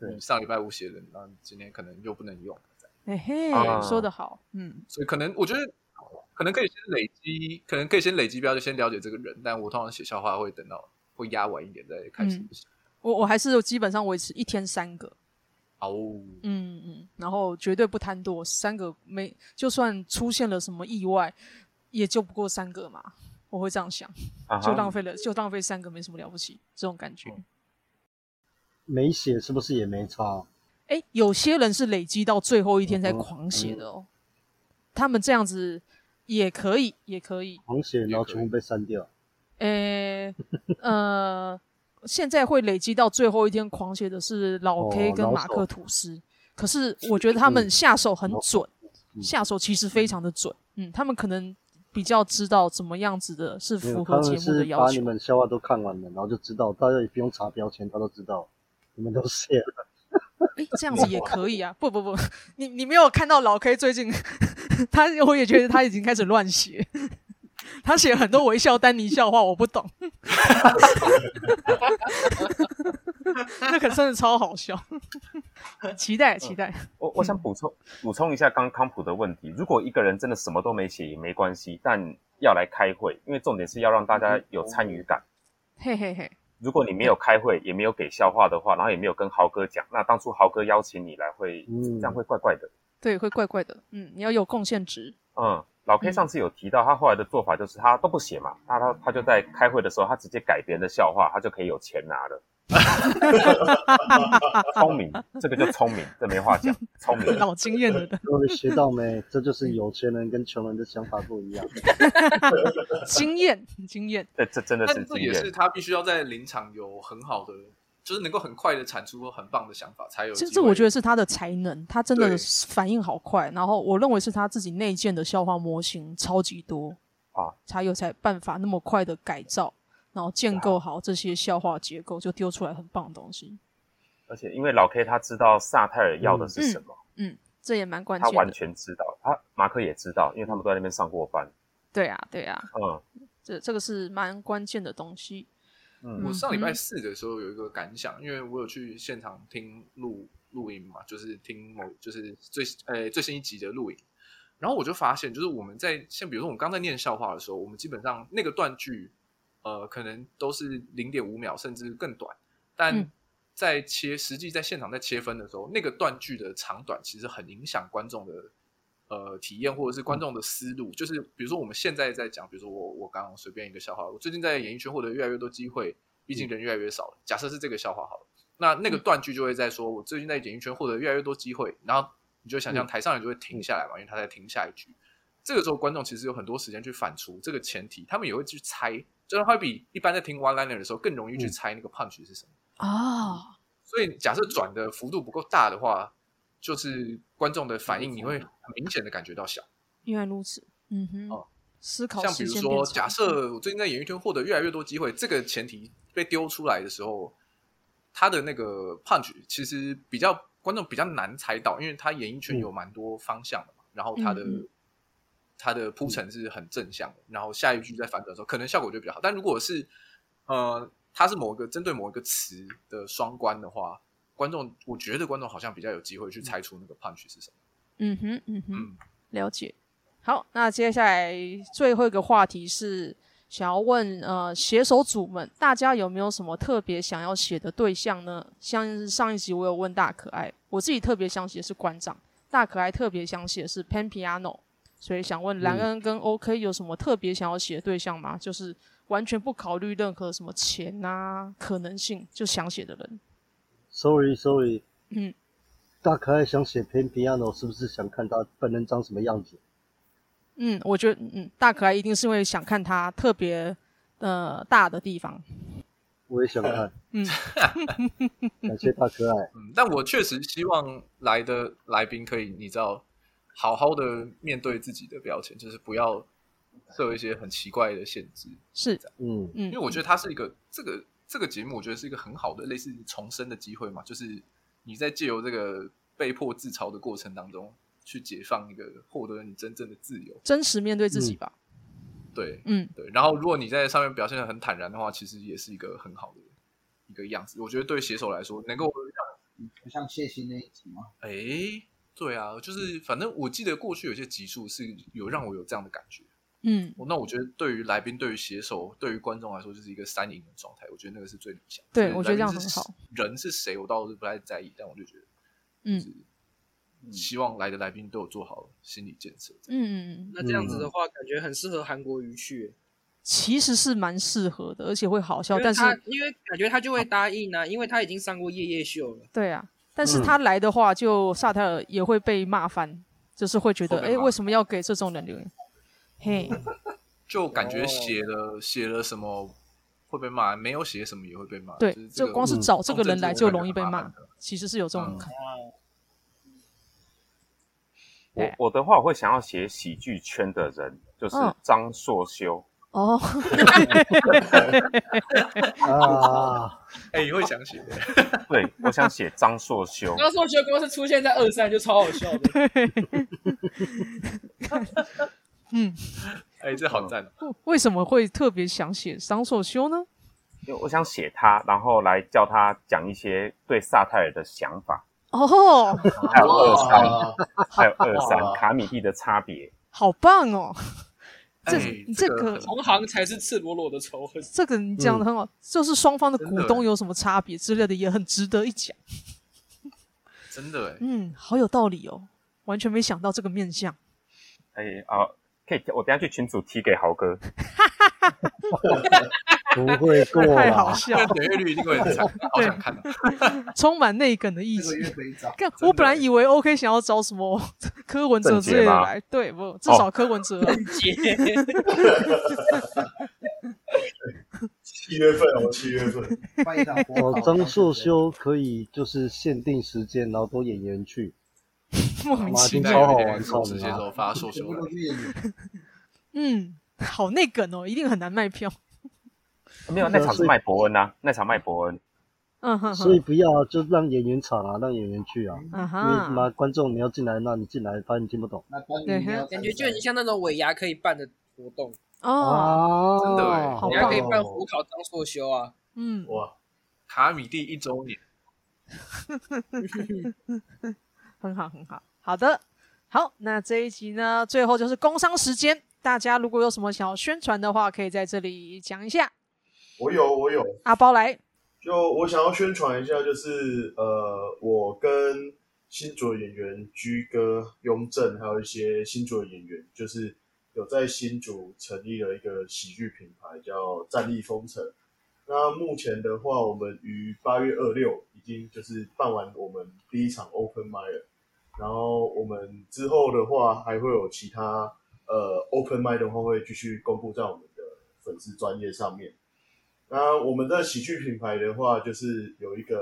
F: 你上礼拜五写的，然后今天可能又不能用，
A: 嘿嘿，
C: 啊
A: 说得好，嗯，
F: 所以可能我觉得可能可以先累积，可能可以先累积标，就先了解这个人。但我通常写笑话会等到会压晚一点再开始
A: 嗯
F: 写。
A: 我我还是有基本上维持一天三个，
F: 哦，
A: 嗯嗯，然后绝对不贪多，三个没就算出现了什么意外，也就不过三个嘛，我会这样想，
C: 啊
A: 就
C: 哈
A: 浪费了，就浪费三个没什么了不起，这种感觉。
E: 没写是不是也没差？
A: 哎，有些人是累积到最后一天才
E: 嗯哼
A: 狂写的哦，他们这样子也可以，也可以，
E: 狂写然后
F: 可以
E: 全部被删掉，
A: 诶，呃，现在会累积到最后一天狂写的是老
E: 哦
A: K 跟
E: 老
A: 马克
E: 手
A: 吐司，可是我觉得他们下手很
E: 老手嗯
A: 准，下手其实非常的准，嗯，他们可能比较知道怎么样子的是
E: 没有
A: 符
E: 他
A: 合节
E: 们
A: 目
E: 是
A: 的要
E: 把你
A: 求，
E: 们笑话都看完了，然后就知道，大家也不用查标签，他都知道你们都写了。
A: 诶，这样子也可以啊，不不不，你你没有看到老 K 最近他，我也觉得他已经开始乱写，他写很多微笑丹尼笑话，我不懂，那可真的超好笑，期待期待，
C: 我我想补充补充一下刚康普的问题，如果一个人真的什么都没写也没关系，但要来开会，因为重点是要让大
A: 嗯
C: 家有参与感。
A: 嘿嘿嘿，
C: 如果你没有开会，也没有给笑话的话，然后也没有跟豪哥讲，那当初豪哥邀请你来会，
E: 嗯
C: 这样会怪怪的。
A: 对，会怪怪的，嗯，你要有贡献值，
C: 嗯，老 K 上次有提到，他后来的做法就是他都不写嘛，他他他就在开会的时候，他直接改别人的笑话，他就可以有钱拿了。聪明，这个就聪明，这没话讲，聪明。
A: 老经验了的，
E: 各位学到没？这就是有钱人跟穷人的想法不一样。
A: 经验经验，
C: 这这真的是
F: 但这
C: 经
F: 也是
C: 验。
F: 他必须要在临场有很好的，就是能够很快的产出很棒的想法，才有机
A: 这
F: 会。
A: 这我觉得是他的才能，他真的
F: 对
A: 反应好快，然后我认为是他自己内建的消化模型超级多
C: 啊，
A: 才有才办法那么快的改造，然后建
F: 哦
A: 构好这些消化结构，就丢出来很棒的东西。
C: 而且因为老 K 他知道萨泰尔要的是什么，
A: 嗯，这也蛮关
C: 他
A: 键
C: 完
A: 的。
C: 全知道，他马克也知道，因为他们都在那边上过班。
A: 对啊，对啊，
C: 嗯
A: 这这个是蛮关键的东西。
C: 嗯
F: 我上礼
A: 嗯
F: 拜四的时候有一个感想，因为我有去现场听录录音嘛，就是听某就是最呃最新一集的录影，然后我就发现，就是我们在像比如说我们刚在念笑话的时候，我们基本上那个断句，呃，可能都是零点五秒甚至更短，但
A: 嗯
F: 在切实际在现场在切分的时候，那个断句的长短其实很影响观众的呃体验或者是观众的思路。就是比如说我们现在在讲，比如说我我刚刚随便一个笑话，我最近在演艺圈获得越来越多机会，毕竟人越来越少了。假设是这个笑话好了，那那个断句就会在说，我最近在演艺圈获得越来越多机会，然后你就想象台上人就会停下来嘛，因为他在听下一句。这个时候观众其实有很多时间去反刍这个前提，他们也会去猜，就是会比一般在听 one liner 的时候更容易去猜那个 punch 是什么。
A: 啊，
F: 所以假设转的幅度不够大的话，就是观众的反应，你会很明显的感觉到小。
A: 原来如此，嗯哼，
F: 哦
A: 思考
F: 像比
A: 时
F: 如
A: 间
F: 说，
A: 变长
F: 假设我最近在演艺圈获得越来越多机会，这个前提被丢出来的时候，他的那个 punch 其实比较观众比较难猜到，因为他演艺圈有蛮多方向的嘛，然后他的、
A: 嗯
F: 他的铺陈是很正向的，然后下一句再反转的时候，可能效果就比较好。但如果是呃，它是某一个针对某一个词的双关的话，观众我觉得观众好像比较有机会去猜出那个 punch 是什么。
A: 嗯哼，嗯哼，
F: 嗯，
A: 了解。好，那接下来最后一个话题是想要问呃写手组们，大家有没有什么特别想要写的对象呢？像是上一集我有问大可爱，我自己特别想写是馆长，大可爱特别想写是 Pan Piano，所以想问兰恩跟 OK 有什么特别想要写的对象吗？就是完全不考虑任何什么钱啊可能性就想写的人。
E: Sorry Sorry，
A: 嗯，
E: 大可爱想写篇 piano，是不是想看他本人长什么样子？
A: 嗯，我觉得嗯嗯，大可爱一定是因为想看他特别呃大的地方。
E: 我也想看。
A: 嗯，
E: [LAUGHS] 感谢大可爱。
F: 嗯，但我确实希望来的来宾可以，你知道，好好的面对自己的标签，就是不要设一些很奇怪的限制，
A: 是，
E: 嗯，
A: 嗯
F: 因为，我觉得它是一个这个这个节目，我觉得是一个很好的类似重生的机会嘛，就是你在借由这个被迫自嘲的过程当中，去解放一个获得你真正的自由，
A: 真实面对自
F: 嗯
A: 己吧。
F: 对
A: 嗯
F: 对。然后如果你在上面表现的很坦然的话，其实也是一个很好的一个样子。我觉得对写手来说，能够让
B: [LAUGHS] 不像谢欣那一集吗？
F: 诶，哎对啊，就是反正我记得过去有些集数是有让我有这样的感觉。哦
A: 嗯，
F: 那我觉得对于来宾、对于写手、对于观众来说，就是一个三赢的状态。我觉得那个是最理想的。
A: 对
F: 就是
A: 我觉得
F: 来
A: 这样
F: 宾是
A: 很好。
F: 人是谁，我倒是不太在意，但我就觉得，
A: 嗯
F: 嗯，希望来的来宾都有做好心理建设。
A: 嗯嗯嗯，
D: 那这样子的话，感觉很适合韩国瑜去，
A: 其实是蛮适合的，而且会好笑。
D: 因为
A: 但是，
D: 他因为感觉他就会答应啊，因为他已经上过夜夜秀了。
A: 对啊，但
F: 嗯
A: 是他来的话，就萨泰尔也会被骂翻，就是会觉得，
F: 会被
A: 哎，
F: 骂
A: 为什么要给这种人留言？嘿，
F: 嗯就感觉写了写了什么会被骂，没有写什么也会被骂。
A: 对
F: 就是，这
A: 就
F: 个
A: 光是找这个人来就容易被
F: 嗯
A: 骂，其实是有这种看
C: 我
A: 对
C: 我的话，我会想要写喜剧圈的人，就是
A: 嗯
C: 张硕修。
A: 哦，
E: 啊，
F: 哎，你会想写的。
C: 对，我想写张硕修。
D: 那时候觉得光是出现在二三就超好笑的，
F: 哎，这好赞哦！
A: [LAUGHS] 为什么会特别想写桑寿修呢？
C: 因为我想写他，然后来叫他讲一些对萨泰尔的想法，
A: 哦，
C: 还有二三，
B: 啊， [LAUGHS]
C: 还有二三
B: 哇
C: 卡米蒂的差别。
A: [LAUGHS] 好棒哦！这
F: 哎
A: 这
F: 个
A: 个
F: 很
D: 同行才是赤裸裸的仇恨。
A: 这个你讲的很好，就是双方的
F: 嗯真
A: 股
F: 的
A: 东
F: 欸
A: 有什么差别之类的，也很值得一讲。
F: 真的哎，
A: 嗯，好有道理哦，完全没想到这个面相。
C: 哎啊，可以，我等一下去群主踢给豪哥。
E: 不会过
A: [LAUGHS] 太好
E: 啦。
A: 笑，
F: 那点阅率一定
A: [LAUGHS]
F: 会很惨，好想看哦。
A: 充满内梗的意
B: 这个
A: 思。
B: 月可以找。
A: 看，
F: 的
A: 我本来以为 OK 想要找什么柯文哲之类的
C: 郑捷吗
A: 来，对不？至少柯文哲啊、
D: [LAUGHS]
G: 七月份哦，七月份，
B: 办一 [LAUGHS] 场活动
E: 哦，张硕，修可以就是限定时间，然后都演员去。
A: 莫名
E: 马
A: 其
E: 丁
A: 妙。
E: 超好玩
F: 手指接受发售
B: 全
F: 修
B: 部都是演员。
A: 嗯，好内梗哦，一定很难卖票。
C: 哦没有，那场是麦伯恩啊，那场麦伯恩。
A: 嗯哼
E: 所以
A: 哼，
E: 不要啊，就让演员场啊，让演员去啊。
A: 嗯
E: 因为妈
A: 哈，
E: 观众你要进来，那你进来，反正你听不懂
B: 那关于你要
D: 感觉就很像那种尾牙可以办的活动，
A: 哦，
E: 啊。
F: 真的欸
A: 好
D: 尾牙
A: 棒
D: 可以
A: 哦，
D: 办火烤张硕修啊，
A: 嗯，
G: 哇，
F: 卡米蒂一周年，
A: 很好，很好，好的，好，那这一集呢，最后就是工商时间，大家如果有什么想要宣传的话，可以在这里讲一下。
G: 我有我有，
A: 阿包来，
G: 就我想要宣传一下，就是呃，我跟新竹的演员居哥、雍正，还有一些新竹的演员，就是有在新竹成立了一个喜剧品牌，叫“战力风城”。那目前的话，我们于八月二六已经就是办完我们第一场 Open m i 了，然后我们之后的话还会有其他呃 Open m i 的话会继续公布在我们的粉丝专业上面。那我们的喜剧品牌的话，就是有一个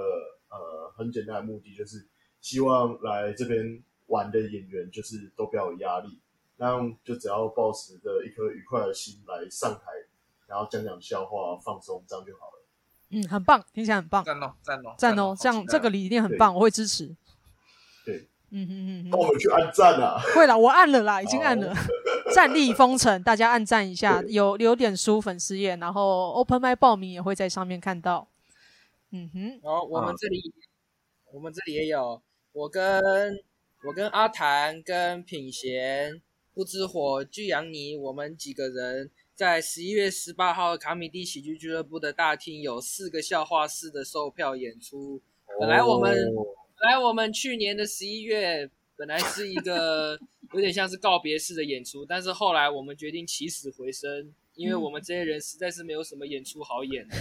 G: 呃很简单的目的，就是希望来这边玩的演员就是都不要有压力，那样就只要抱持着一颗愉快的心来上台，然后讲讲笑话，放松，这样就好了。
A: 嗯，很棒，听起来很棒，
F: 赞哦，赞哦，
A: 赞
F: 哦
A: 哦，，这样这个
F: 理
A: 理念很
G: 对
A: 棒，我会支持。
G: 对，
A: 嗯嗯嗯嗯，
G: 帮我们去按赞啊！
A: 会了，我按了啦，已经按了
G: 好。
A: [LAUGHS] 战力封城，大家按赞一下，
G: 对
A: 有有点书粉丝页，然后 Open m i 报名也会在上面看到。嗯
D: [LAUGHS]
A: 哼，
D: 然后我们
C: 嗯
D: 这里，我们这里也有我跟我跟阿谭、跟品贤、不知火、巨阳尼，我们几个人在十一月十八号卡米蒂喜剧俱乐部的大厅有四个笑话式的售票演出。本来我们本来我们去年的十一月本来是一个有点像是告别式的演出，但是后来我们决定起死回生，因为我们这些人实在是没有什么演出好演的。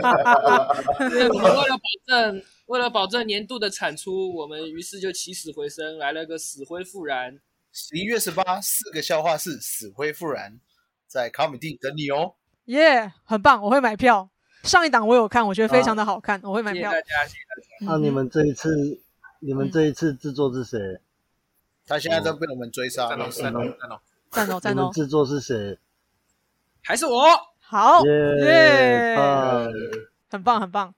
D: 所以我们为了保证为了保证年度的产出，我们于是就起死回生，来了个死灰复燃。
B: 十一月十八，四个笑话是死灰复燃，在卡米蒂等你哦。
A: 耶、很棒，我会买票。上一档我有看，我觉得非常的好看，我会买
D: 谢谢
A: 票。
D: 大家，谢谢大家。
A: 嗯
E: 那、
A: 哼
E: 啊你们这一次，你们这一次制作是
A: 嗯
E: 谁？
B: 他现在都被我们追杀
F: 赞
B: 了
F: 哦，，赞哦，
A: 赞
F: 赞哦，
A: 哦
E: 你
A: 赞
E: 们
A: 哦，
E: 制作是谁？
D: 还是我，
A: 好
E: 耶！
A: 哦
E: 啊
A: 耶，
E: 棒
A: 很棒很棒。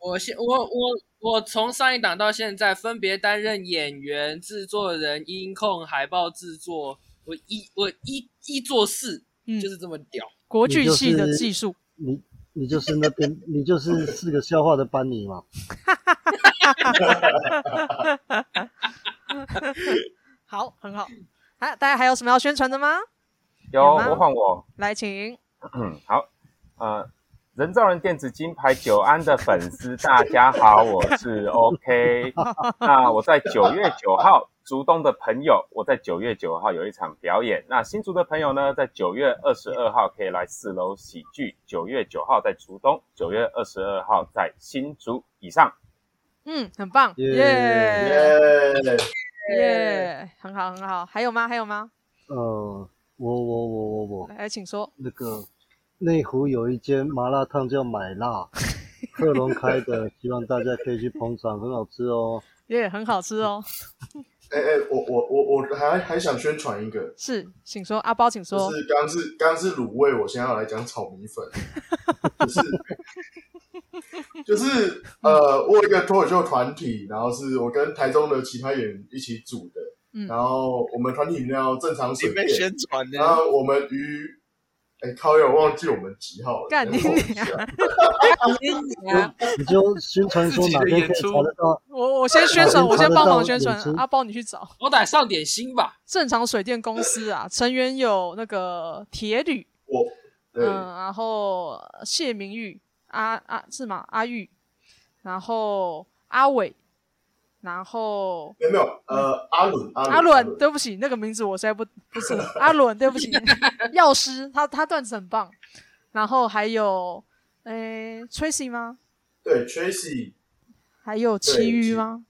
D: 我现我我我从上一档到现在，分别担任演员、制作人、音控、海报制作，我一我一一做事，
A: 嗯，
D: 就是这么屌。
A: 国
E: 你
A: 剧
E: 就
A: 系的
E: 是
A: 技术，
E: 你你就是那边， [LAUGHS] 你就是四个笑话的班尼嘛。
A: [LAUGHS] 好，很好。啊，大家还有什么要宣传的吗？
C: 有
A: 有吗
C: 我换我，
A: 来，请。
C: 嗯，好，呃，人造人电子金牌九安的粉丝，大家好，我是 OK。那我在九月九号，竹东的朋友，我在九月九号有一场表演。那新竹的朋友呢，在九月二十二号可以来四楼喜剧，九月九号在竹东，九月二十二号在新竹。以上，
A: 嗯，很棒，
E: 耶
A: 耶
G: 耶！
A: 耶，很好很好。还有吗？还有吗？
E: 呃，我我我我我
A: 来，请说。
E: 那个内湖有一间麻辣烫叫买
A: [LAUGHS]
E: 辣，贺龙开的，希望大家可以去捧场，很好吃哦。
A: 耶，很好吃哦。
G: 哎哎，我我我我还还想宣传一个，
A: 是，请说。阿包，请说
G: 就。是刚是刚是卤味，我现在要来讲炒米粉， [LAUGHS] 就是就是呃，我有一个脱口秀团体，然后是我跟台中的其他演员一起组的，
A: 嗯
G: 然后我们团体名叫正常
B: 你
G: 水
B: 被
G: 电，
B: 宣传
G: 然
B: 了，
G: 后我们于哎靠友忘记我们几号了，
A: 干你
G: 等我一下
E: 你就宣传说哪边可以查得到，
A: 我我先宣传，
E: 好
A: 我先帮忙宣传
E: 查得到演。出
A: 阿包，你去找。
D: 好歹上点心吧。
A: 正常水电公司啊，成员有那个铁铝，
G: 我对
A: 嗯，然后谢明玉，阿阿是吗？阿玉，然后阿伟，然后
G: 没有没有呃阿伦
A: 阿
G: 阿
A: 伦，对不起，那个名字我实在不不是阿伦，对不起，药师，他他段子很棒。然后还有，诶，Tracy 吗？
G: 对 Tracy
A: 还有
G: 对
A: 其余
G: 其
A: 吗？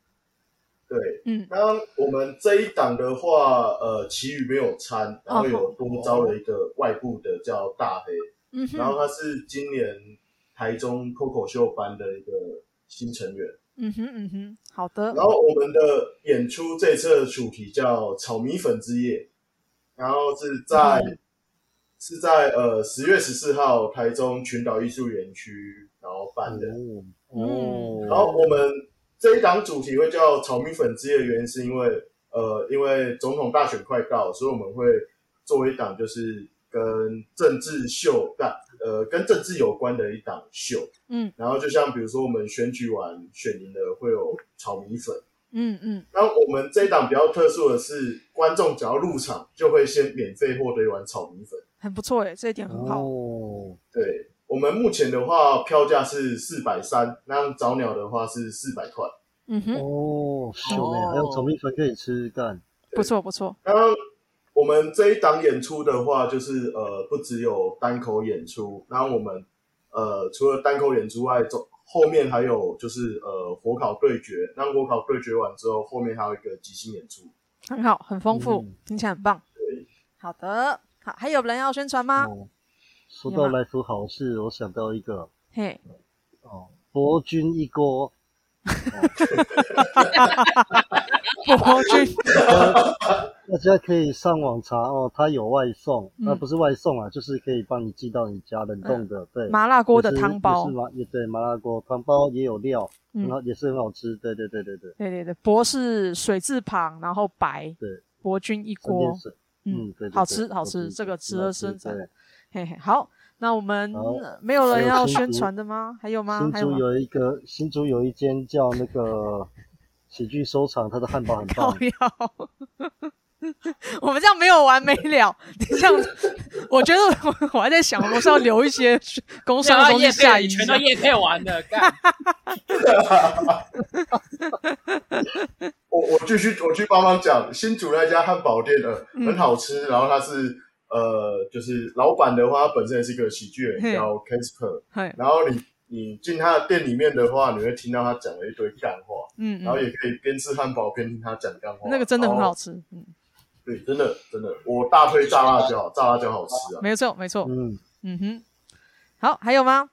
G: 对。
A: 嗯，
G: 刚刚我们这一档的话，呃，其余没有参，然后有多招了一个外部的叫大黑，
A: 嗯
G: 然后
A: 哼，
G: 他是今年台中脱口秀班的一个新成员。
A: 嗯哼，嗯哼，好的
G: 然，后我们的演出这次的主题叫炒米粉之夜，然后是在、是在呃十月十四号台中群岛艺术园区然后办的，
A: 嗯
G: 然
E: 哦
G: 后我们这一档主题会叫“炒米粉之夜”，原因是因为呃，因为总统大选快到，所以我们会做一档就是跟政治秀大呃跟政治有关的一档秀。
A: 嗯，
G: 然后就像比如说我们选举完选赢了会有炒米粉，
A: 嗯嗯，
G: 然后我们这一档比较特殊的是，观众只要入场就会先免费获得一碗炒米粉。
A: 很不错诶，这一点很嗯好。
E: 哦，
G: 对我们目前的话，票价是四百三，那早鸟的话是四百块。
A: 嗯哼，
E: 哦，秀美，还有炒米粉可以吃干，
A: 不错不错，
G: 然后我们这一档演出的话，就是呃，不只有单口演出，然后我们呃除了单口演出外，中后面还有就是呃火烤对决。那火烤对决完之后，后面还有一个即兴演出。
A: 很好，很丰富，
E: 嗯
A: 听起来很棒。
G: 对，
A: 好的，好，还有人要宣传吗？
E: 哦，说到来福好事，我想到一个
A: 嘿，
E: 哦，博君一锅，
A: 伯君，
E: 大家可以上网查哦，它有外送，
A: 嗯呃
E: 那、不是外送啊，就是可以帮你寄到你家冷冻的， [LAUGHS] 对，
A: 麻辣锅的
E: 也是
A: 汤包
E: 也是，麻也对麻辣锅汤包也有料，
A: 嗯
E: 然后也是很好吃，对对对对对，
A: 对对对，博是水字旁，然后白，
E: 对，
A: 伯君一
E: 三
A: 锅
E: 点，水，
A: 嗯
E: 嗯，对对对
A: 好吃好
E: 好
A: 吃，
E: 吃
A: 这个值
E: 很好
A: 得
E: 吃
A: 生产。
E: 对
A: 嘿嘿，好，那我们
E: 好
A: 呃没有
E: 还
A: 人
E: 有
A: 要
E: 新
A: 宣
E: 竹
A: 传的吗？还有吗
E: 新？
A: 还有
E: 竹
A: 吗？
E: 有一个新竹有一间叫那个喜剧收藏，它的汉堡很
A: 靠
E: 棒，
A: 腰。 [LAUGHS] 我们这样没有完没了，你这样，我觉得我 [LAUGHS] 我还在想，我们是要留一些工商的
D: 到
A: 东西
D: 啊叶
A: 下
D: 配，
A: 一
D: 你
A: 集啊
D: 全都叶配完了，干。
G: 我我继续我去帮忙讲，新竹那家汉堡店的
A: 嗯
G: [LAUGHS] 很好吃，然后它是呃，就是老板的话，他本身也是个喜剧人，
A: 嘿
G: 叫 Casper，
A: 嘿
G: 然后你你进他的店里面的话，你会听到他讲了一堆干话，
A: 嗯
G: 然后
A: 嗯，
G: 也可以边吃汉堡边听他讲干话，
A: 那个真的很好
G: 吃，
A: 吃，嗯，
G: 对，真的真的，我大推炸辣椒，炸辣椒好吃啊，
A: 没错没错，
E: 嗯，
A: 嗯哼，好，还有吗？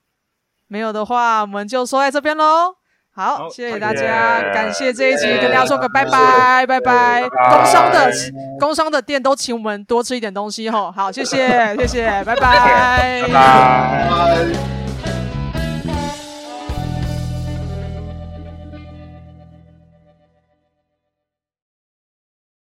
A: 没有的话，我们就说在这边喽。好，
C: 好
A: 谢谢
C: 谢
A: 大
C: 谢
A: 家，感谢这一集，
C: 谢谢
A: 跟大家说个拜
E: 谢
A: 拜，拜拜。
C: 拜
A: 工商的
C: 拜
A: 工商的店都请我们多吃一点东西吼。好，谢谢，谢谢，拜拜，
C: 拜。
G: 拜。